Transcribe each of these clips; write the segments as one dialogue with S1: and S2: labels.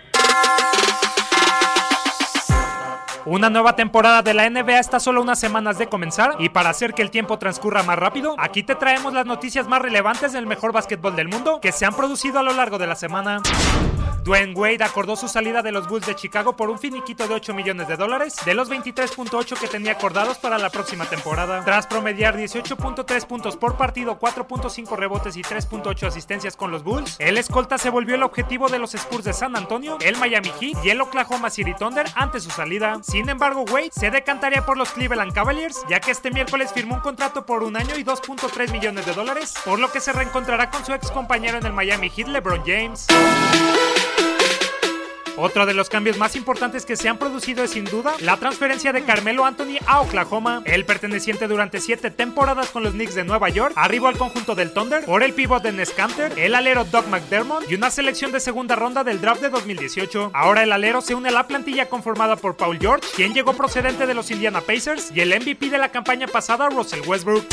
S1: Una nueva temporada de la NBA está solo unas semanas de comenzar y para hacer que el tiempo transcurra más rápido, aquí te traemos las noticias más relevantes del mejor básquetbol del mundo que se han producido a lo largo de la semana. Dwayne Wade acordó su salida de los Bulls de Chicago por un finiquito de 8 millones de dólares de los 23.8 que tenía acordados para la próxima temporada. Tras promediar 18.3 puntos por partido, 4.5 rebotes y 3.8 asistencias con los Bulls, el escolta se volvió el objetivo de los Spurs de San Antonio, el Miami Heat y el Oklahoma City Thunder ante su salida. Sin embargo, Wade se decantaría por los Cleveland Cavaliers, ya que este miércoles firmó un contrato por un año y 2.3 millones de dólares, por lo que se reencontrará con su ex compañero en el Miami Heat, LeBron James. Otro de los cambios más importantes que se han producido es sin duda la transferencia de Carmelo Anthony a Oklahoma. El perteneciente durante siete temporadas con los Knicks de Nueva York arribó al conjunto del Thunder por el pívot de Nescanter, el alero Doc McDermott y una selección de segunda ronda del draft de 2018. Ahora el alero se une a la plantilla conformada por Paul George, quien llegó procedente de los Indiana Pacers y el MVP de la campaña pasada Russell Westbrook.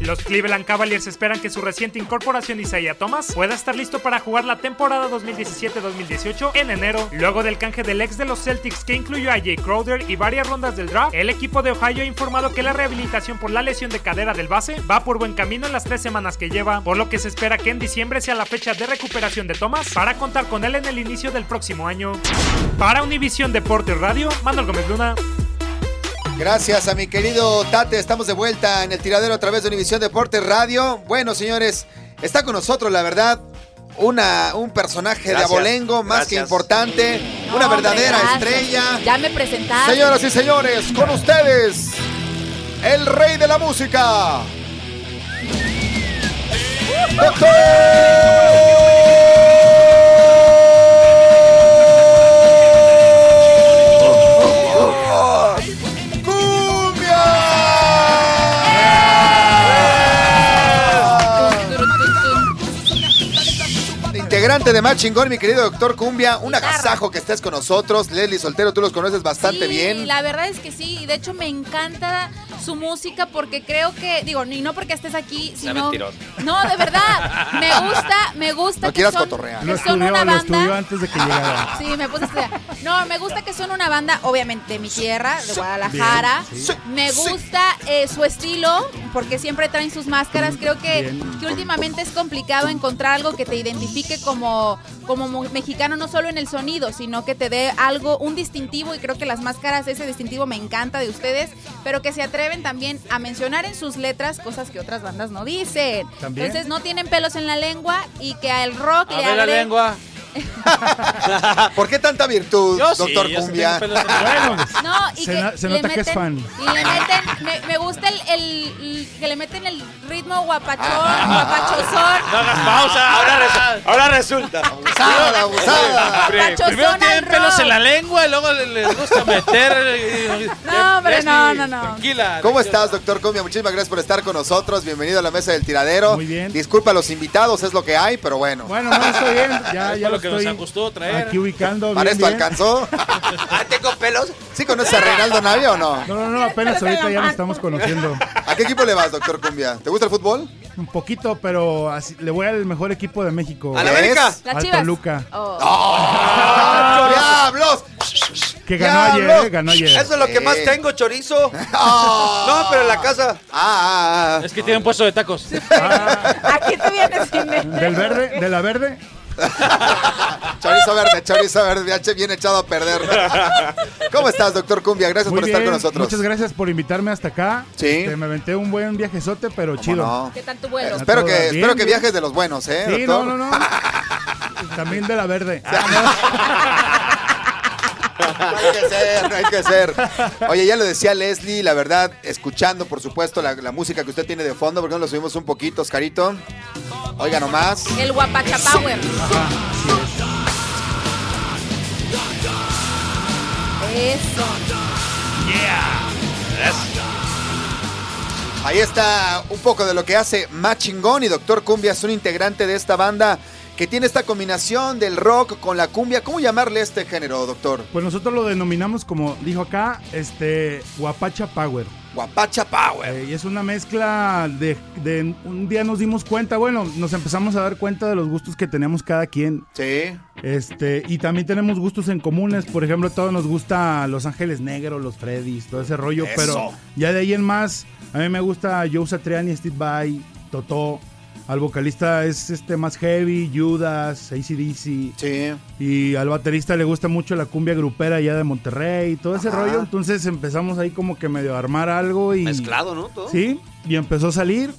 S1: Los Cleveland Cavaliers esperan que su reciente incorporación Isaiah Thomas pueda estar listo para jugar la temporada 2017-2018 en enero. Luego del canje del ex de los Celtics que incluyó a Jay Crowder y varias rondas del draft, el equipo de Ohio ha informado que la rehabilitación por la lesión de cadera del base va por buen camino en las tres semanas que lleva, por lo que se espera que en diciembre sea la fecha de recuperación de Thomas para contar con él en el inicio del próximo año. Para Univisión Deportes Radio, Manuel Gómez Luna.
S2: Gracias a mi querido Tate, estamos de vuelta en el tiradero a través de Univisión Deportes Radio. Bueno, señores, está con nosotros, la verdad, una, un personaje
S3: Gracias.
S2: de abolengo más que
S3: Gracias.
S2: importante, una
S4: Hombre,
S2: verdadera
S4: gracias.
S2: estrella.
S4: Ya me presentaste.
S2: Señoras y señores, con ustedes, el rey de la música. ¡Doctor! ¡Cumbia!
S4: Tun, turun, tun, tun.
S2: Integrante cantante de más chingón, mi querido doctor Cumbia. Un
S3: Guitarra.
S2: agasajo que estés con nosotros. Leslie Soltero, tú los conoces bastante
S3: sí,
S2: bien.
S3: La verdad es que sí, y de hecho me encanta su música porque creo que, digo, y no porque estés aquí, sino.
S4: mentiroso.
S3: No, de verdad, me gusta, me gusta
S2: No
S3: que
S2: quieras
S3: son,
S2: cotorrear.
S3: que
S5: Lo
S3: son
S5: estudió,
S3: una
S5: lo
S3: banda.
S5: estudió antes de que llegara.
S3: Sí, me puse a estudiar. No, me gusta que son una banda, obviamente, de mi tierra, de Guadalajara.
S5: Bien, sí.
S3: Me gusta eh, su estilo, porque siempre traen sus máscaras. Creo que, que últimamente es complicado encontrar algo que te identifique como, como mu- mexicano, no solo en el sonido, sino que te dé algo, un distintivo, y creo que las máscaras, ese distintivo me encanta de ustedes, pero que se atreven también a mencionar en sus letras cosas que otras bandas no dicen.
S5: También.
S3: Entonces no tienen pelos en la lengua y que al rock
S4: A
S3: le
S4: ver la
S3: agreguen-
S4: lengua.
S2: ¿Por qué tanta virtud,
S4: Yo sí,
S2: doctor
S4: yo sí
S2: Cumbia?
S4: tengo pelos en la-
S5: Bueno,
S3: No, y
S5: Se
S3: que
S5: na- se
S3: le
S5: nota que
S3: meten,
S5: es fan.
S3: Y le meten, me, me gusta el, el- el- que le meten el ritmo guapachón,
S4: Ah. No
S3: guapachosón.
S4: hagas pausa. Ahora, resu- ahora resulta.
S2: Abusada, abusada.
S4: Pri-
S3: Pachosón
S4: Primero
S3: al
S4: tienen pelos
S3: rock.
S4: en la lengua y luego le- les gusta meter. eh,
S3: No, hombre,
S4: Leslie,
S3: no, no, no.
S4: Tranquila.
S2: ¿Cómo estás, doctor Cumbia? Muchísimas gracias por estar con nosotros. Bienvenido a la mesa del tiradero.
S5: Muy bien.
S2: Disculpa a los invitados, es lo que hay, pero bueno.
S5: bueno, no, estoy bien. Ya,
S4: Es
S5: ya
S4: lo
S5: lo
S4: que nos
S5: estoy
S4: ajustó traer.
S5: aquí ubicando.
S2: Para
S5: bien,
S2: esto
S5: bien.
S2: alcanzó.
S4: Ah, tengo pelos.
S2: ¿Sí conoces a Reinaldo Navia o no?
S5: No, no, no, apenas
S3: Espérate,
S5: ahorita ya
S3: Lamar.
S5: nos estamos conociendo
S2: ¿A qué equipo le vas, doctor Cumbia? ¿Te gusta el fútbol?
S5: un poquito, pero así- le voy al mejor equipo de México.
S4: ¿A la
S2: ¿Ves?
S4: América?
S3: La
S5: Al
S3: chivas.
S5: Toluca.
S3: Oh.
S5: Ah.
S2: ¡Diablos!
S5: Que ganó
S2: ¡Diablo!
S5: ayer, eh, ganó ayer.
S4: Eso es lo que más
S2: Eh.
S4: tengo, chorizo.
S2: Ah.
S4: No, pero en la casa.
S2: Ah, ah,
S4: Es que tienen puesto de tacos.
S3: Aquí te vienes sin
S5: Del verde, de la verde.
S2: ah. chorizo verde, chorizo verde, ya che- bien echado a perder. ¿Cómo estás, doctor Cumbia? Gracias
S5: Muy
S2: por
S5: bien.
S2: estar con nosotros.
S5: Muchas gracias por invitarme hasta acá.
S2: Sí.
S5: Este, me aventé un buen viajezote, pero
S2: ¿Cómo
S5: chido.
S2: no?
S3: ¿Qué tal tu
S2: Eh,
S3: vuelo?
S2: espero que,
S5: Bien,
S2: espero que
S5: bien.
S2: viajes de los buenos, ¿eh,
S5: Sí, no,
S2: doctor?
S5: no, no. También de la verde.
S2: No hay que ser, no hay que ser. Oye, ya lo decía Leslie, la verdad, escuchando, por supuesto, la, la música que usted tiene de fondo, porque no lo subimos un poquito, Oscarito. Oiga nomás.
S3: El guapachapower. Eso.
S2: Ahí está un poco de lo que hace Machingón y Doctor Cumbia es un integrante de esta banda que tiene esta combinación del rock con la cumbia. ¿Cómo llamarle este género, doctor?
S5: Pues nosotros lo denominamos, como dijo acá, este Guapacha Power.
S2: Guapacha Power.
S5: Eh, y es una mezcla de, de- Un día nos dimos cuenta, bueno, nos empezamos a dar cuenta de los gustos que tenemos cada quien.
S2: Sí.
S5: Este, y también tenemos gustos en comunes. Por ejemplo, a todos nos gusta Los Ángeles Negros, los Freddys, todo ese rollo.
S2: Eso.
S5: Pero ya de ahí en más, a mí me gusta Joe Satriani, Steve Vai, Totó. Al vocalista es este más heavy, Judas, ACDC.
S2: Sí.
S5: Y al baterista le gusta mucho la cumbia grupera ya de Monterrey y todo ese
S2: Ajá.
S5: rollo. Entonces empezamos ahí como que medio a armar algo y.
S4: Mezclado, ¿no? Todo.
S5: Sí, y empezó a salir.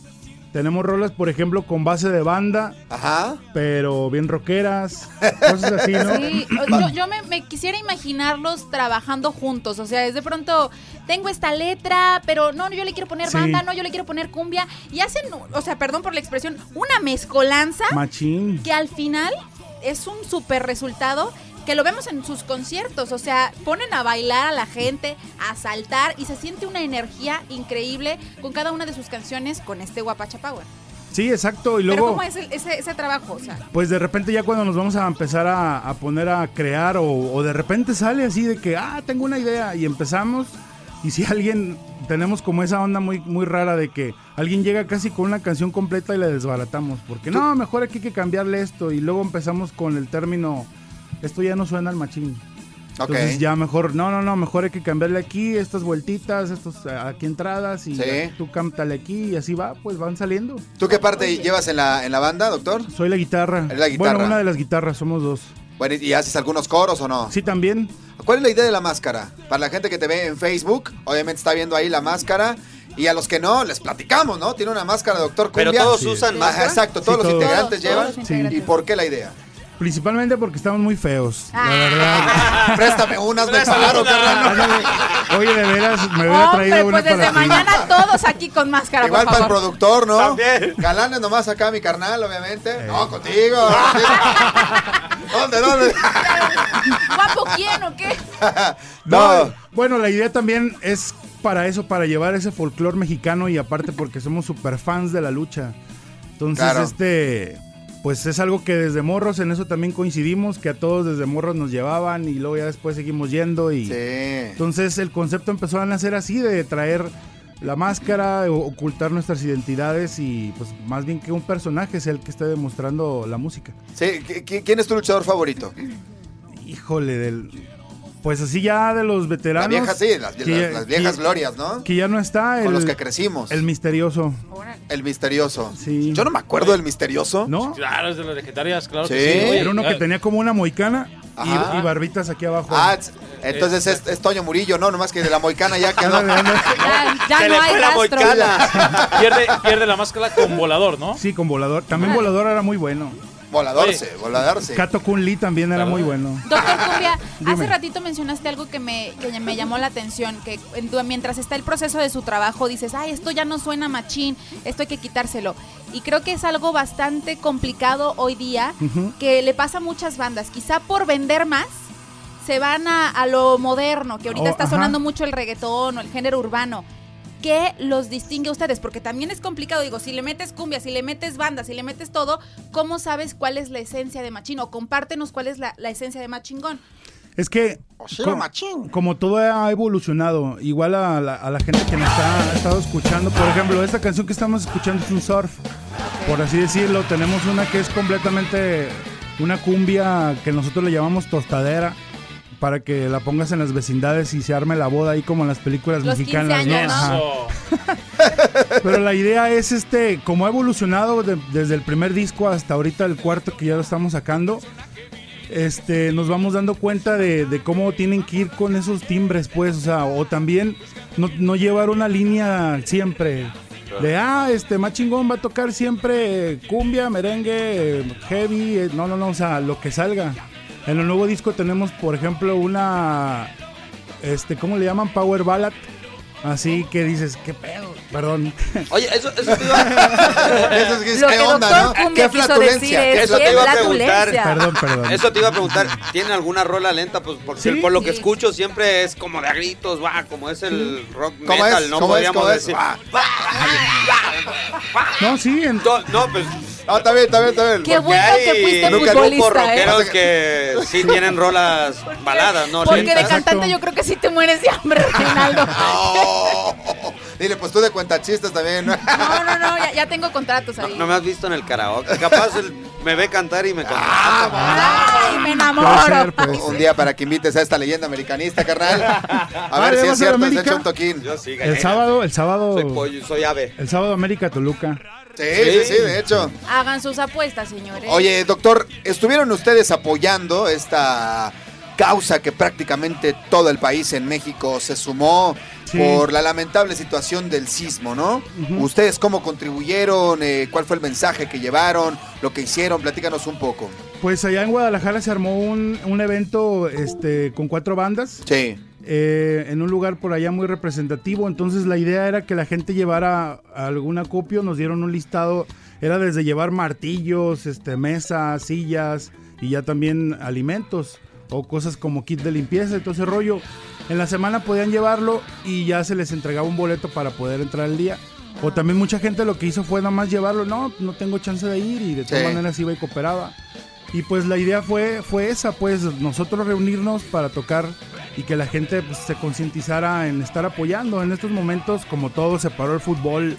S5: Tenemos rolas, por ejemplo, con base de banda,
S2: Ajá.
S5: pero bien rockeras, cosas así, ¿no?
S3: Sí, yo, yo me, me quisiera imaginarlos trabajando juntos, o sea, es de pronto tengo esta letra, pero no, no, yo le quiero poner
S5: Sí.
S3: banda, no, yo le quiero poner cumbia y hacen, o sea, perdón por la expresión, una mezcolanza
S5: Machín.
S3: que al final es un súper resultado que lo vemos en sus conciertos, o sea, ponen a bailar a la gente, a saltar y se siente una energía increíble con cada una de sus canciones con este Guapacha Power.
S5: Sí, exacto. Y
S3: Pero
S5: luego,
S3: ¿cómo es el- ese, ese trabajo? O sea,
S5: pues de repente ya cuando nos vamos a empezar a, a poner a crear o, o de repente sale así de que, ah, tengo una idea y empezamos. Y si alguien, tenemos como esa onda muy, muy rara de que alguien llega casi con una canción completa y la desbaratamos. Porque no, mejor aquí hay que cambiarle esto. Y luego empezamos con el término, esto ya no suena al machín.
S2: Ok.
S5: Entonces ya mejor, no, no, no, mejor hay que cambiarle aquí estas vueltitas, estos eh, aquí entradas y
S2: Sí.
S5: tú cántale aquí y así va, pues van saliendo.
S2: ¿Tú qué parte llevas en la, en la banda, doctor?
S5: Soy la guitarra.
S2: Eres la guitarra.
S5: Bueno, una de las guitarras, somos dos.
S2: Bueno, ¿y haces algunos coros o no?
S5: Sí, también.
S2: ¿Cuál es la idea de la máscara? Para la gente que te ve en Facebook, obviamente está viendo ahí la máscara. Y a los que no, les platicamos, ¿no? Tiene una máscara, doctor Cumbia.
S4: Pero todos usan
S2: Ajá,
S4: máscara.
S2: Exacto, todos los
S5: Sí, todos.
S2: integrantes
S3: Todos, todos
S2: llevan.
S3: los integrantes.
S2: ¿Y por qué la idea?
S5: Principalmente porque estamos muy feos.
S3: Ah.
S5: La verdad.
S2: Préstame unas, me
S4: Préstame
S2: pagaron,
S4: una.
S2: carnal.
S5: Ándale. Oye, de veras, me hubiera traído
S3: hombre,
S5: una
S3: pues desde
S5: para ti.
S3: mañana todos aquí con máscara,
S2: Igual
S3: por
S2: para el
S3: favor.
S2: productor, ¿no?
S4: También.
S2: Galanes nomás acá, mi carnal, obviamente. No, contigo. ¿Dónde, dónde?
S3: ¿Guapo quién o qué?
S2: no.
S5: Bueno, la idea también es para eso, para llevar ese folclore mexicano y aparte porque somos super fans de la lucha. Entonces,
S2: Claro.
S5: este pues es algo que desde morros, en eso también coincidimos, que a todos desde morros nos llevaban y luego ya después seguimos yendo y... Entonces el concepto empezó a nacer así, de traer la máscara, o- ocultar nuestras identidades y pues más bien que un personaje sea el que esté demostrando la música.
S2: Sí, ¿qui- qui- ¿Quién es tu luchador favorito?
S5: Híjole, del... Pues así ya de los veteranos...
S2: Las viejas, sí, las,
S5: que
S2: las-
S5: ya-
S2: las
S5: que-
S2: viejas glorias, ¿no?
S5: Que ya no está el...
S2: Con los que crecimos.
S5: El misterioso.
S2: El misterioso. Yo no me acuerdo del misterioso.
S5: ¿No?
S4: Claro, es de las legendarias, claro
S2: Sí.
S4: que sí.
S5: Era uno que tenía como una moicana y,
S2: Ajá.
S5: y barbitas aquí abajo.
S2: Ah, es- entonces es, es Toño Murillo, no, nomás que de la moicana ya quedó.
S3: Ya, ya
S4: Se
S3: no
S4: le
S3: hay
S4: fue la
S3: rastro.
S4: moicana. pierde, pierde la máscara con volador, ¿no?
S5: Sí, con volador. También volador era muy bueno.
S4: Voladorse,
S2: voladorse.
S5: Kato Kun Lee también era muy bueno.
S3: Doctor Cumbria,
S5: Dime.
S3: hace ratito mencionaste algo que me, que me llamó la atención, que en tu- mientras está el proceso de su trabajo dices, ay, esto ya no suena machín, esto hay que quitárselo. Y creo que es algo bastante complicado hoy día,
S6: Ujú.
S3: que le pasa a muchas bandas. Quizá por vender más, se van a, a lo moderno, que ahorita
S6: Oh,
S3: está
S6: ajá.
S3: sonando mucho el reggaetón o el género urbano. ¿Qué los distingue a ustedes? Porque también es complicado, digo, si le metes cumbia, si le metes banda, si le metes todo, ¿cómo sabes cuál es la esencia de Machín? O compártenos cuál es la, la esencia de Machingón.
S5: Es que
S3: sí,
S5: co-
S3: machín.
S5: como todo ha evolucionado, igual a la, a la gente que nos está- ha estado escuchando, por ejemplo, esta canción que estamos escuchando es un surf, por así decirlo, tenemos una que es completamente una cumbia que nosotros le llamamos tostadera. Para que la pongas en las vecindades y se arme la boda ahí como en las películas
S3: Los 15
S5: mexicanas.
S3: años,
S5: ¿no? Ajá.
S3: ¿no?
S5: Pero la idea es este, como ha evolucionado de- desde el primer disco hasta ahorita el cuarto que ya lo estamos sacando, este, nos vamos dando cuenta de, de cómo tienen que ir con esos timbres, pues, o sea, o también no, no llevar una línea siempre. De, ah, este, más chingón va a tocar siempre eh, cumbia, merengue, eh, heavy, eh, no, no, no, o sea, lo que salga. En el nuevo disco tenemos, por ejemplo, una, este, ¿cómo le llaman? Power Ballad. Así que dices, qué pedo, perdón.
S4: Oye, eso, eso te iba a...
S2: Eso es que es Lo qué que onda, doctor ¿no? Cumbia Qué quiso flatulencia, decir qué es,
S4: Eso
S2: qué
S4: te iba a
S2: flatulencia.
S4: preguntar.
S2: Perdón, perdón.
S4: Eso te iba a preguntar. ¿Tienen alguna rola lenta? Pues porque
S2: Sí.
S4: por lo que
S2: Sí.
S4: escucho siempre es como de a gritos, va, como es el rock
S2: ¿Cómo
S4: metal,
S2: es?
S4: no
S2: ¿Cómo es?
S4: podríamos
S2: ¿Cómo es?
S4: decir.
S2: Va,
S5: No, sí.
S4: No, no, pues.
S2: No, está bien, está bien, está bien.
S4: Porque hay grupos rockeros
S2: ¿eh?
S4: que sí tienen rolas baladas, ¿no?
S3: Porque de
S4: lentas.
S3: cantante yo creo que sí te mueres de hambre, Reinaldo.
S2: Dile, pues tú de cuentachistas también, ¿no?
S3: No, no, no, ya, ya tengo contratos ahí.
S4: No me has visto en el karaoke. Capaz el- me ve cantar y me contrata.
S5: "Ah,
S3: Ay, me enamoro.
S4: pues.
S2: Un día para que invites a esta leyenda americanista, carnal. A ver
S5: Ah, ¿le
S2: si
S5: vas a
S2: es cierto, se
S5: América?
S2: echa un toquín.
S4: Yo sí,
S5: El sábado, el sábado.
S4: Soy pollo, soy ave.
S5: El sábado América Toluca.
S2: Sí, sí, sí, de hecho.
S3: Hagan sus apuestas, señores.
S2: Oye, doctor, ¿estuvieron ustedes apoyando esta causa que prácticamente todo el país en México se sumó
S5: Sí.
S2: por la lamentable situación del sismo, ¿no?
S5: Ujú.
S2: ¿Ustedes cómo contribuyeron? Eh, ¿Cuál fue el mensaje que llevaron? ¿Lo que hicieron? Platícanos un poco.
S5: Pues allá en Guadalajara se armó un, un evento este, con cuatro bandas.
S2: Sí.
S5: Eh, en un lugar por allá muy representativo. Entonces la idea era que la gente llevara algún acopio. Nos dieron un listado. Era desde llevar martillos, este, mesas, sillas y ya también alimentos o cosas como kit de limpieza y todo ese rollo. En la semana podían llevarlo y ya se les entregaba un boleto para poder entrar al día. O también mucha gente lo que hizo fue nada más llevarlo. No, no tengo chance de ir y de todas
S2: Sí.
S5: maneras iba y cooperaba. Y pues la idea fue, fue esa, pues nosotros reunirnos para tocar y que la gente pues, se concientizara en estar apoyando. En estos momentos, como todo, se paró el fútbol,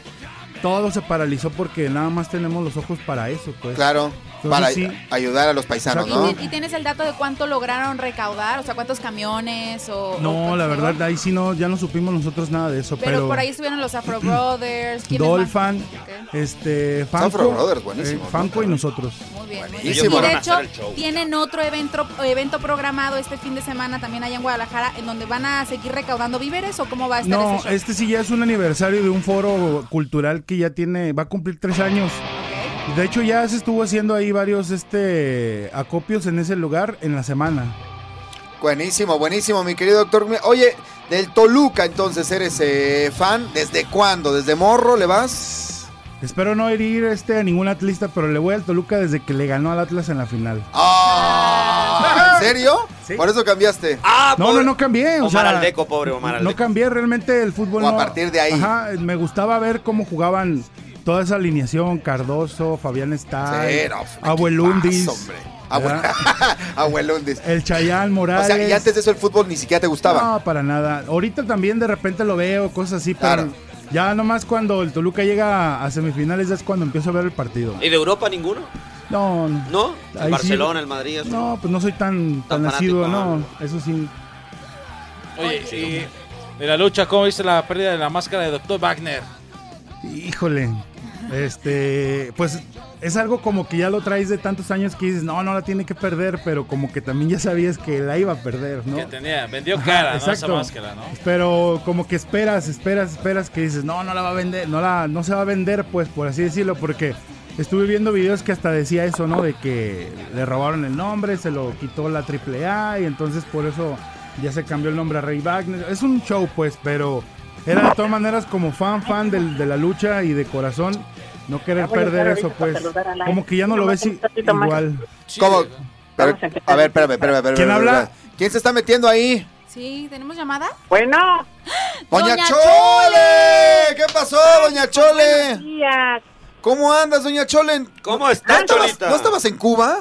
S5: todo se paralizó porque nada más tenemos los ojos para eso, pues.
S2: Claro,
S5: Entonces,
S2: para
S5: sí.
S2: ayudar a los paisanos,
S3: ¿Y,
S2: ¿no?
S3: y tienes el dato de cuánto lograron recaudar? O sea, ¿cuántos camiones? O,
S5: No,
S3: o-
S5: la verdad, ahí sí no, ya no supimos nosotros nada de eso,
S3: Pero,
S5: pero...
S3: por ahí estuvieron los Afro Brothers. ¿quiénes
S5: Dolphan,
S3: más? Ok.
S5: este,
S2: Son Afro
S5: Fanco,
S2: Brothers, buenísimos,
S5: eh,
S2: ¿no?
S5: Fanco y nosotros.
S3: Muy bien, muy
S5: Buenísimo.
S3: bien. Y
S5: Ellos
S3: de
S5: van a
S3: hecho,
S5: hacer el show.
S3: tienen otro evento, evento programado este fin de semana también allá en Guadalajara, en donde van a seguir recaudando víveres o cómo va a estar
S5: No,
S3: ese show?
S5: este sí ya es un aniversario de un foro cultural que ya tiene, va a cumplir tres años. De hecho, ya se estuvo haciendo ahí varios este acopios en ese lugar en la semana.
S2: Buenísimo, buenísimo, mi querido doctor. Oye, del Toluca entonces eres eh, fan. ¿Desde cuándo? ¿Desde morro le vas?
S5: Espero no herir este a ningún atlista, pero le voy al Toluca desde que le ganó al Atlas en la final.
S2: Ah, ¿En serio? Por eso cambiaste.
S5: no, no, no cambié. o
S4: Omar
S5: sea,
S4: Aldeco, pobre Omar
S5: No
S4: Aldeco.
S5: cambié realmente el fútbol.
S2: O a
S5: no-
S2: partir de ahí.
S5: Ajá, me gustaba ver cómo jugaban toda esa alineación, Cardoso, Fabián está,
S2: Sí, no,
S5: Abuelundis,
S2: equipazo, hombre. Abue- Abuelundis.
S5: el Chayán Morales.
S2: O sea, y antes de eso el fútbol ni siquiera te gustaba.
S5: No, para nada. Ahorita también de repente lo veo, cosas así,
S2: Claro.
S5: pero ya nomás cuando el Toluca llega a semifinales ya es cuando empiezo a ver el partido.
S4: ¿Y de Europa ninguno?
S5: No,
S4: ¿No? El
S5: Ahí sí.
S4: Barcelona, el Madrid. eso.
S5: No, pues no soy tan, tan,
S4: Tan
S5: asiduo,
S4: fanático,
S5: no, eso sí.
S6: Oye, y de la lucha, ¿cómo viste la pérdida de la máscara de Dr. Wagner?
S5: Híjole, este, pues es algo como que ya lo traes de tantos años que dices, no, no la tiene que perder, pero como que también ya sabías que la iba a perder, ¿no?
S6: Que tenía, vendió
S5: Ajá,
S6: cara, ¿no? Esa
S5: exacto.
S6: máscara, ¿no?
S5: Pero como que esperas, esperas, esperas que dices, no, no la va a vender, no la, no se va a vender, pues, por así decirlo, porque estuve viendo videos que hasta decía eso, ¿no? De que le robaron el nombre, se lo quitó la AAA y entonces por eso ya se cambió el nombre a Rey Wagner. Es un show, pues, pero era de todas maneras como fan, fan del- de la lucha y de corazón. No querer
S7: voy a
S5: perder
S7: entrar
S5: eso,
S7: Ah, ahorita para
S5: pues.
S7: saludar al aire.
S5: Como que ya no lo ves i- igual.
S2: ¿Cómo? Pero- a ver, espérame, espérame, espérame.
S5: ¿Quién
S2: espérame,
S5: habla?
S2: espérame. ¿Quién se está metiendo ahí?
S3: Sí, ¿tenemos llamada?
S7: Bueno.
S2: ¡Doña,
S3: Doña
S2: Chole!
S3: Chole!
S2: ¿Qué pasó, Doña Chole? ¿Cómo andas, Doña Chole? ¿Cómo estás, ¿No estabas, ¿No estabas en Cuba?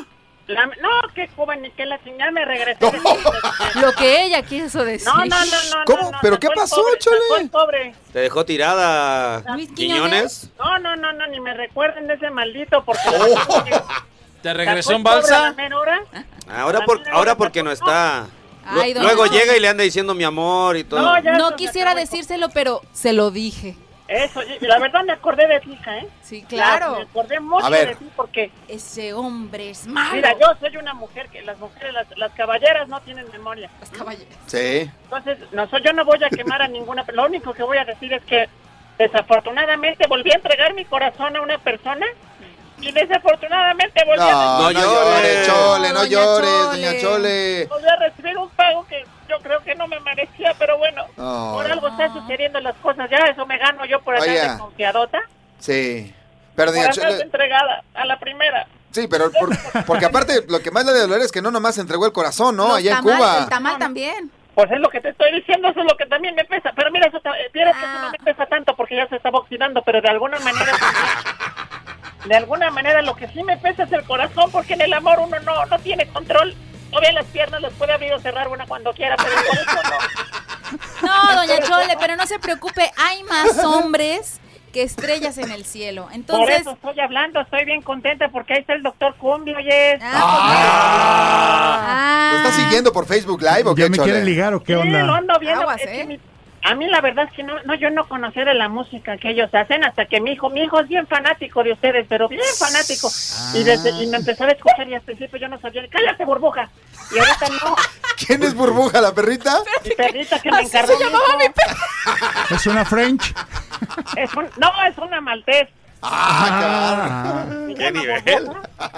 S7: La- no, que Cuba ni que la señal me regresó. Lo
S3: que ella quiso decir.
S7: No, no, no, no.
S2: ¿Cómo?
S7: no, no,
S2: ¿Pero
S7: me
S2: qué
S7: fue el
S2: pasó,
S7: pobre, me
S2: Chole?
S7: fue el pobre.
S4: ¿Te dejó tirada
S7: Luis
S4: Quiñones?
S7: No, no, no, no, ni me recuerden de ese maldito porque
S6: ¿Te
S4: regresó
S7: Sacó
S4: en
S7: el
S4: balsa?
S7: pobre a la mera hora.
S4: Ahora, por, ahora porque no está. Lu-
S3: Ay, don
S4: Luego
S3: Nacho.
S4: llega y le anda diciendo mi amor y todo.
S3: No,
S7: eso se
S3: quisiera decírselo, pero se lo dije.
S7: Eso, y y la verdad me acordé de ti, hija, ¿eh?
S3: Sí, claro.
S7: me acordé mucho
S3: A ver.
S7: de ti porque
S3: ese hombre es malo.
S7: Mira, yo soy una mujer que las mujeres, las, las caballeras no tienen memoria. Las caballeras.
S2: Sí.
S7: Entonces, no, soy- yo no voy a quemar a ninguna. Lo único que voy a decir es que desafortunadamente volví a entregar mi corazón a una persona y desafortunadamente volví a.
S2: No, no, llores, Chole, no
S7: Doña
S2: llores,
S7: Chole.
S2: Doña Chole.
S7: Volví a recibir un pago que yo creo que no me merecía, pero bueno,
S2: No.
S7: por algo están sucediendo las cosas. Pues Ya eso me gano yo por andar
S2: Oye.
S7: de confiadota,
S2: Sí. Pero,
S7: por
S2: Doña
S7: andar de
S2: Chole...
S7: entregada a la primera.
S2: Sí, pero por- porque aparte lo que más le de doler es que no nomás entregó el corazón, ¿no?
S7: Los
S2: Allá en
S7: tamales,
S2: Cuba.
S7: el tamal también. Pues es lo que te estoy diciendo, eso es lo que también me pesa. Pero mira, eso, ta- eh, vieras que eso
S3: Ah.
S7: no me pesa tanto porque ya se estaba oxidando, pero de alguna manera. también- de alguna manera, lo que sí me pesa es el corazón, porque en el amor uno no, no tiene control. Todavía las piernas las puede abrir o cerrar una cuando quiera, pero el corazón no.
S3: No, doña Chole, pero no se preocupe, hay más hombres que estrellas en el cielo.
S7: Por
S3: Entonces,
S7: eso estoy hablando, estoy bien contenta porque ahí está el doctor Cumbia, oye.
S3: ah,
S7: Ah.
S2: ¿Lo estás siguiendo por Facebook Live o qué,
S5: ¿Ya me
S2: Chole?
S5: quieren ligar o qué
S7: Sí, lo
S5: onda?
S7: ando viendo.
S3: Aguas,
S7: Es que mi- a mí la verdad es que no, no, yo no conocía de la música que ellos hacen hasta que mi hijo, mi hijo es bien fanático de ustedes, pero bien fanático. Y, desde, y
S2: Ah.
S7: me empezaba a escuchar y al principio yo no sabía, cállate burbuja. Y ahorita no,
S2: ¿Quién es Burbuja, la perrita?
S7: mi perrita que me encargó. mi hijo.
S5: Es una French.
S7: Es un- no, es una maltés.
S5: Ah,
S7: ¿Qué nivel?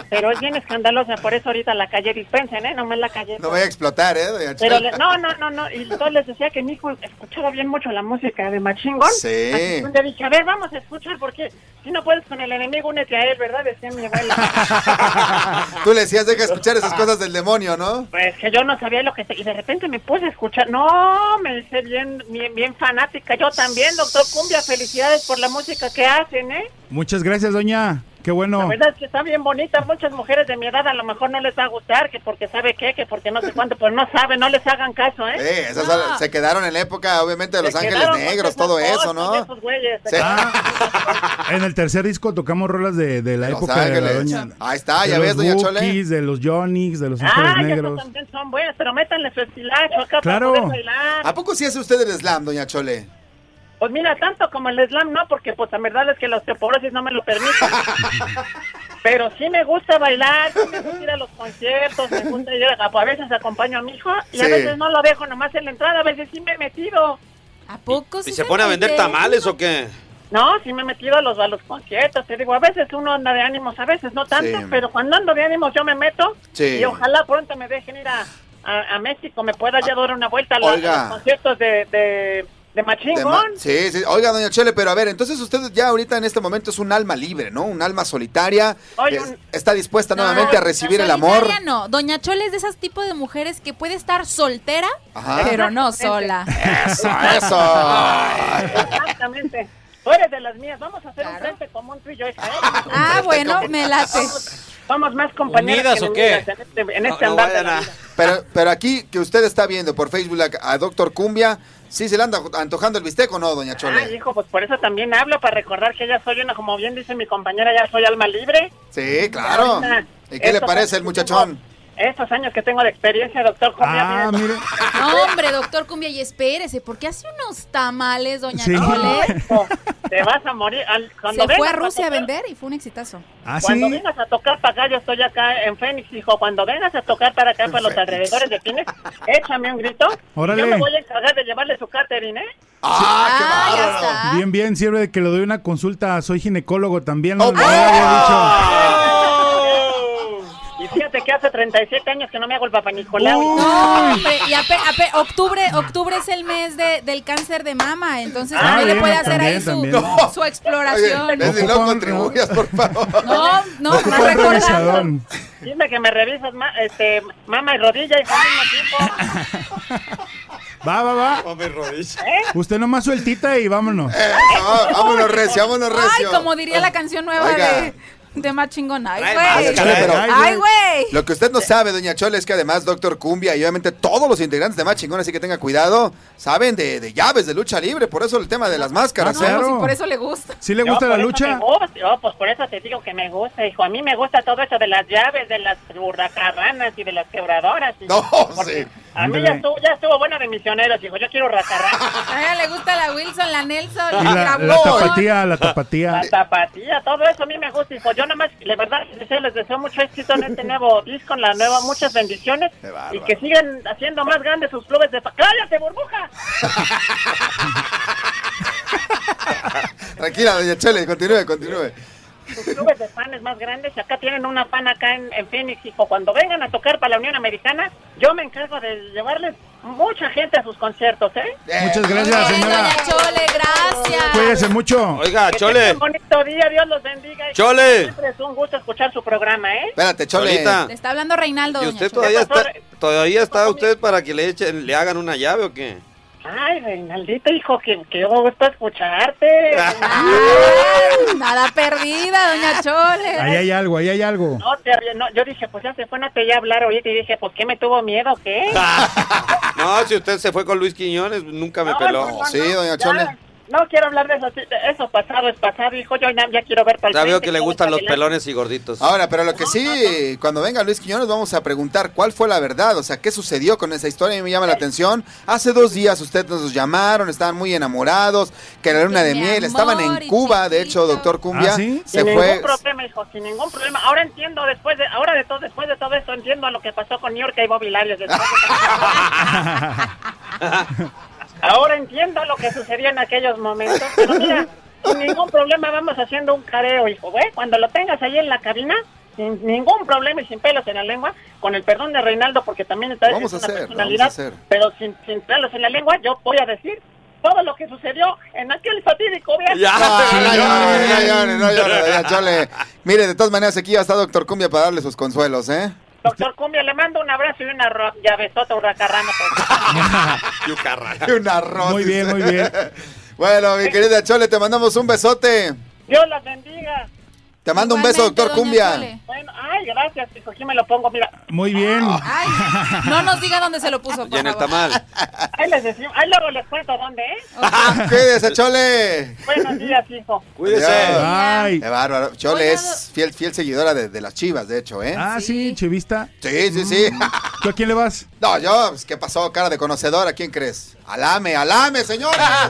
S7: Pero es bien escandalosa, por eso ahorita la calle dispensen, ¿eh? No me la calle.
S2: No voy a explotar, ¿eh, Doña Chole?
S7: Pero le- no, no, no, no. Y entonces les decía que mi hijo escuchaba bien mucho la música de Machingón.
S2: Sí.
S7: Así que Le dije, a ver, vamos a escuchar porque si no puedes con el enemigo, únete a él, ¿verdad? Decía mi abuela.
S2: Tú le decías, deja escuchar
S5: Ah.
S2: esas cosas del demonio, ¿no?
S7: pues que yo no sabía lo que... se- Y de repente me puse a escuchar. No, me hice bien, bien, bien fanática. Yo también, doctor Cumbia, felicidades por la música que hacen, ¿eh?
S5: Muchas gracias, doña. Qué
S7: La
S5: bueno.
S7: verdad es que está bien bonita. Muchas mujeres de mi edad a lo mejor no les va a gustar, que porque sabe qué, que porque no sé cuánto, pues no sabe, no les hagan caso, ¿eh?
S2: Sí, esas son-
S7: No.
S2: se quedaron en la época, obviamente, de Los
S7: Se
S2: Ángeles
S7: quedaron
S2: Negros,
S7: muchas más
S2: todo eso,
S7: cosas de
S2: ¿no?
S7: esos güeyes.
S2: Sí.
S5: En el tercer disco tocamos rolas de, de la
S2: Los
S5: época de la
S2: Ángeles.
S5: doña.
S2: Ahí está,
S5: de
S2: ya
S5: los
S2: ves, doña Chole.
S5: Bookies, De los Jonix, de los Ángeles
S7: Ah, ya
S5: Negros.
S7: también son buenas, pero métanle su estilacho acá
S5: Claro.
S7: para poder bailar.
S2: ¿A poco sí hace usted el slam, doña Chole?
S7: Pues mira, tanto como el slam no, porque pues la verdad es que la osteoporosis no me lo permite. pero sí me gusta bailar, sí me gusta ir a los conciertos, me gusta ir a... A veces acompaño a mi hijo y a
S4: Sí.
S7: veces no lo dejo nomás en la entrada, a veces sí me he metido. ¿A poco
S4: ¿Y se pone a vender tamales o qué?
S7: No, sí me he metido a los, a los conciertos, te digo, a veces uno anda de ánimos, a veces no tanto,
S4: Sí.
S7: pero cuando ando de ánimos yo me meto
S2: Sí.
S7: y ojalá pronto me dejen ir a, a, a México, me pueda ya dar una vuelta a, la- a
S2: Oiga.
S7: los conciertos de, de, de Machín
S2: De ma-
S7: Gun.
S2: sí, sí. Oiga, doña Chole, pero a ver, entonces usted ya ahorita en este momento es un alma libre, ¿no? Un alma solitaria.
S3: Oye,
S2: que
S3: un-
S2: Está dispuesta nuevamente a recibir el amor.
S3: solitaria no, doña Chole es de esas tipo de mujeres que puede estar soltera,
S2: Ajá.
S3: pero no sola.
S2: Eso, eso.
S7: Exactamente. Tú eres de las mías. Vamos a hacer un frente común tú y yo, hija. ¿eh?
S3: Ah, bueno, me late.
S7: Somos más compañeras
S2: ¿Unidas o
S7: que enemigas
S2: qué?
S7: En este, en este andar de la vida.
S2: Pero, pero aquí que usted está viendo por Facebook a, a Doctor Cumbia, ¿sí se le anda antojando el bistec o no, doña Chole?
S7: Ay, hijo, pues por eso también hablo, para recordar que ya soy una, como bien dice mi compañera, ya soy alma libre.
S2: Sí, claro.
S7: Ahorita,
S2: ¿Y qué le
S7: estos
S2: parece el
S7: años-
S2: muchachón? Ah,
S7: Estos años que tengo de experiencia, doctor Julián.
S5: Ah, mire.
S3: No, hombre, doctor Cumbia, y espérese, ¿por qué hace unos tamales, doña
S5: Sí.
S3: Nicole?
S7: Te vas a morir. Al- cuando
S3: Se fue
S7: vengas
S3: a Rusia a vender y fue un exitazo.
S5: ¿Ah,
S7: Cuando vengas a tocar para acá, yo estoy acá en Fénix, hijo. Cuando vengas a tocar para acá, para los
S5: Fénix.
S7: alrededores de Phoenix, échame un grito.
S5: Órale.
S7: Yo me voy a encargar de llevarle su catering, ¿eh?
S4: Ah,
S3: Ah,
S5: Bien, bien, sirve de que le doy una consulta. Soy ginecólogo también. ¿no?
S7: ¡Oh!
S5: Ya le había dicho.
S7: Y fíjate que hace 37 años que no me hago el papá Nicolau.
S3: No, hombre, y ape- ape- octubre, octubre es el mes de- del cáncer de mama, entonces
S7: Ah,
S3: también le
S7: bien,
S3: puede hacer ahí
S5: también,
S3: su,
S5: también.
S3: su exploración.
S2: Leslie, no contribuyas, por favor.
S3: No, no, más
S5: Ocupa un
S3: recordando.
S5: revisadón.
S7: Dime que me revisas ma- este, mama y rodilla, hijo, al mismo tiempo.
S5: Va, va, va.
S7: ¿Eh?
S5: Usted nomás sueltita y vámonos.
S2: Ah, vámonos recio, vámonos
S3: Ay,
S2: recio.
S3: como diría la canción nueva
S2: Oiga.
S3: de, de más chingón. Ay,
S2: Doña
S3: güey.
S2: Chole, pero-
S3: Ay, güey.
S2: Lo que usted no sabe, doña Chole, es que además Doctor Cumbia y obviamente todos los integrantes de Más Chingón, así que tenga cuidado, saben de, de llaves de lucha libre, por eso el tema de las máscaras.
S3: No,
S2: ¿eh?
S3: pues, y por eso le gusta.
S5: ¿Sí le
S7: Yo,
S5: gusta la
S7: por eso
S5: lucha?
S7: me gusta, yo, pues por eso te digo que me gusta, hijo. A mí me gusta todo eso de las llaves, de las burracarranas y de las quebradoras. hijo. Porque A mí ya
S5: Ándale.
S7: estuvo, ya estuvo bueno de misioneros, hijo. Yo quiero racarranas,
S3: A ella le gusta la Wilson, la Nelson,
S5: Y
S3: la,
S5: la, la
S3: Grabón.
S5: tapatía, la tapatía.
S7: zapatilla, todo eso a mí me gusta, hijo. Yo nomás, la verdad, les deseo, les deseo mucho éxito en este nuevo disco, en la nueva, muchas bendiciones. Y que sigan haciendo más grandes sus clubes de... fa- ¡Cállate, burbuja!
S2: Tranquila, doña Chole, continúe, continúe.
S7: sus clubes de fans más grandes. Acá tienen una fan acá en, en Phoenix, hijo. Cuando vengan a tocar para la Unión Americana, yo me encargo de llevarles mucha gente a sus conciertos, ¿eh?
S5: Muchas gracias, señora.
S3: Chole, gracias.
S5: Cuídese mucho.
S4: Oiga,
S7: Que tengan Un bonito día, Dios los bendiga.
S4: Chole.
S7: Siempre es un gusto escuchar su programa, ¿eh?
S2: Espérate,
S4: Chole. Ahorita.
S3: Le está hablando Reinaldo,
S4: ¿Y
S3: doña
S4: usted
S3: Chole.
S4: todavía está, todavía está usted para que le echen, le hagan una llave o qué?
S7: Ay, Reinaldito, hijo, que, que yo gusto escucharte.
S4: Ah,
S3: Ay, Ah, Nada perdida, doña Chole.
S5: Ahí hay algo, ahí hay algo.
S7: No, te, arrie- no, yo dije, pues ya se fue, no te iba a hablar ahorita. Y dije, pues, ¿qué me tuvo miedo o qué?
S4: No, si usted se fue con Luis Quiñones, nunca me
S7: No,
S4: peló.
S7: no, no, no, ya, No quiero hablar de eso, sí, de eso pasado es pasado, hijo. Yo ya, ya quiero ver para el
S4: Ya veo
S7: frente,
S4: que le
S7: quiero
S4: gustan
S7: ver
S4: los
S7: para adelante.
S4: pelones y gorditos.
S2: Ahora, pero lo que sí, cuando venga Luis Quiñones vamos a preguntar cuál fue la verdad, o sea, qué sucedió con esa historia, a mí me llama la atención. Hace dos días ustedes nos llamaron, estaban muy enamorados, que la luna de
S7: mi amor,
S2: miel, estaban en Cuba, de hecho, doctor Cumbia,
S5: ¿Ah, sí?
S2: se
S7: sin
S2: fue...
S7: ningún problema, hijo, sin ningún problema. Ahora entiendo después de ahora de todo después de todo esto entiendo lo que pasó con New York y Bobby Larios. Después de- ahora entiendo lo que sucedió en aquellos momentos. Pero mira, sin ningún problema vamos haciendo un careo, hijo, güey. Cuando lo tengas ahí en la cabina sin ningún problema y sin pelos en la lengua, con el perdón de Reinaldo porque también está
S2: Vamos a
S7: es una
S2: hacer, vamos a
S7: personalidad,
S2: hacer.
S7: pero sin, sin pelos en la lengua yo voy a decir todo lo que sucedió en aquel fatídico viaje.
S2: No, no llore, no llore, no llore, doña Chole. Mire, de todas maneras, aquí ya está Doctor Cumbia para darle sus consuelos, ¿eh?
S7: Doctor Cumbia, le mando un abrazo y una ro- llavesota hurracarrana.
S2: Y un arroz.
S5: Muy bien, muy bien.
S2: Bueno, mi querida Chole, te mandamos un besote.
S7: Dios las bendiga.
S2: Te mando un beso, Doctor Cumbia.
S7: Bueno, ay, gracias, hijo. Aquí me lo pongo, mira. Ah,
S5: Muy bien.
S3: No nos diga dónde se lo puso. por favor.
S4: tamal.
S7: Ahí les decimos, ahí luego les cuento dónde, ¿eh?
S2: Cuídese, Chole.
S7: Buenos días, hijo.
S4: Cuídese.
S2: Adiós.
S5: Bye.
S2: Qué bárbaro. Chole es fiel, fiel seguidora de, de las chivas, de hecho, ¿eh?
S5: Ah, sí, chivista.
S2: Sí, sí, sí.
S5: ¿Tú a quién le vas?
S2: No, yo, pues, ¿qué pasó? Cara de conocedora, ¿quién crees? ¡Alame, alame, señora!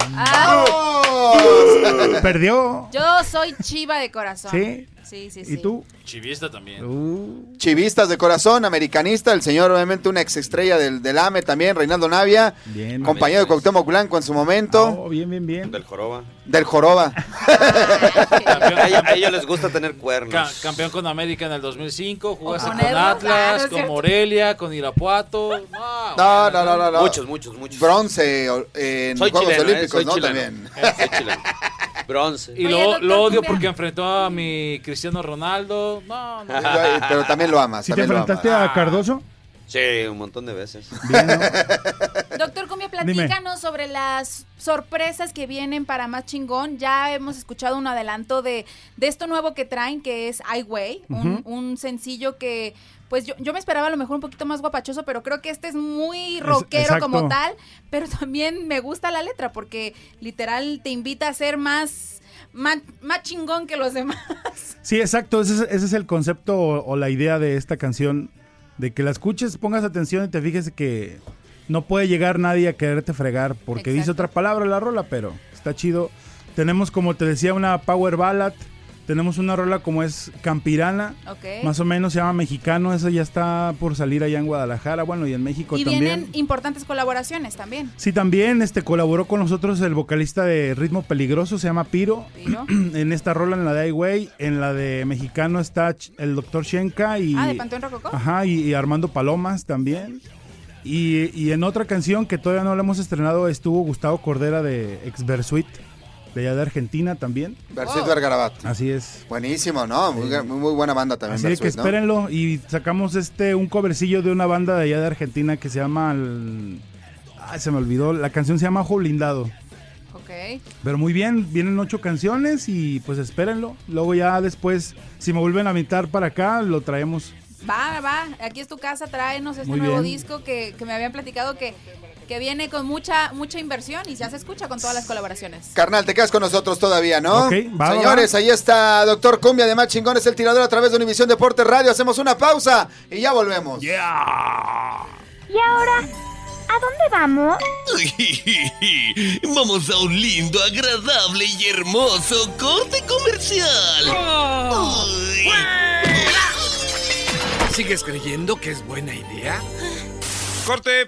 S2: ¡Vamos!
S5: Perdió. ¿eh?
S3: Yo soy chiva de corazón.
S5: ¿Sí?
S3: Sí, sí, sí.
S5: ¿Y tú?
S6: Chivista también.
S2: Chivistas de corazón, americanista, el señor obviamente una ex estrella del, del AME también, Reinaldo Navia,
S5: Bien.
S2: compañero de Cuauhtémoc Blanco en su momento,
S5: Oh, bien, bien, bien.
S4: Del joroba.
S2: del Joroba.
S4: A ellos, a ellos les gusta tener
S6: Ca-
S4: cuernos.
S6: campeón con América en el 2005, jugaste
S3: con
S6: con,
S3: Edmonds, ah, no es
S6: Atlas, con
S3: cierto.
S6: Morelia, con Irapuato. No,
S2: No, no, no, no, no.
S4: Muchos, muchos, muchos.
S2: Bronce o- en
S4: Soy
S2: Juegos
S4: chileno, ¿eh?
S2: Olímpicos,
S4: Soy
S2: ¿no?
S4: chileno.
S2: También.
S4: Soy chileno. Bronce.
S6: Y
S3: Oye,
S6: lo,
S3: doctor
S6: lo odio
S3: Cumbia.
S6: porque enfrentó a mi Cristiano Ronaldo. No, no.
S2: Pero también lo amas,
S5: ¿Sí te
S2: también lo amas.
S5: enfrentaste a Cardoso?
S4: Sí, un montón de veces.
S5: Bien, ¿no?
S3: Doctor Cumbia, platícanos sobre las sorpresas que vienen para Más Chingón. Ya hemos escuchado un adelanto de, de esto nuevo que traen, que es I Way, un,
S8: Ujú.
S3: un sencillo que... Pues yo, yo me esperaba a lo mejor un poquito más guapachoso, pero creo que este es muy
S8: Es-
S3: rockero
S8: exacto.
S3: como tal. Pero también me gusta la letra porque literal te invita a ser más, más, más chingón que los demás.
S5: Sí, exacto. Ese es, ese es el concepto o, o la idea de esta canción. De que la escuches, pongas atención y te fijes que no puede llegar nadie a quererte fregar. Porque dice otra palabra la rola, pero está chido. Tenemos, como te decía, una power ballad. Tenemos una rola como es Campirana.
S3: Ok.
S5: Más o menos se llama Mexicano. Eso ya está por salir allá en Guadalajara. Bueno, y en México
S3: Y
S5: también.
S3: vienen importantes colaboraciones también.
S5: Sí, también este, colaboró con nosotros el vocalista de Ritmo Peligroso, se llama Piro.
S3: Piro.
S5: en esta rola, en la de Highway, en la de Mexicano está Ch- el doctor Shenka y...
S3: Ah, de Panteón Rococó.
S5: Ajá, y, y Armando Palomas también. Y, y en otra canción que todavía no la hemos estrenado estuvo Gustavo Cordera de Exversuit, de allá de Argentina también.
S2: Versuit Vergarabat.
S5: Así es.
S2: Buenísimo, ¿no? Muy, muy- muy buena banda también.
S5: Así de que
S2: Versuit, ¿no?
S5: espérenlo y sacamos este un covercillo de una banda de allá de Argentina que se llama... el- Ay, se me olvidó, la canción se llama Ojo Blindado.
S3: Ok.
S5: Pero muy bien, vienen ocho canciones y pues espérenlo. Luego ya después, si me vuelven a invitar para acá, lo traemos.
S3: Va, va, aquí es tu casa, tráenos este
S5: Muy
S3: nuevo
S5: bien.
S3: disco que, que me habían platicado que, que viene con mucha mucha inversión y ya se escucha con todas las colaboraciones.
S2: Carnal, te quedas con nosotros todavía, ¿no?
S5: Ok, va, va,
S2: Señores, ahí está Doctor Cumbia de Más Chingones, el tirador a través de Univisión Deporte Radio. Hacemos una pausa y ya volvemos.
S9: Y ahora, ¿a dónde vamos?
S10: Vamos a un lindo, agradable y hermoso corte comercial. Uy.
S11: ¿Sigues creyendo que es buena idea? ¡Corte!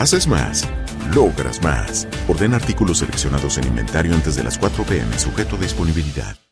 S12: Haces más, logras más. Orden artículos seleccionados en inventario antes de las 4 pm, sujeto a disponibilidad.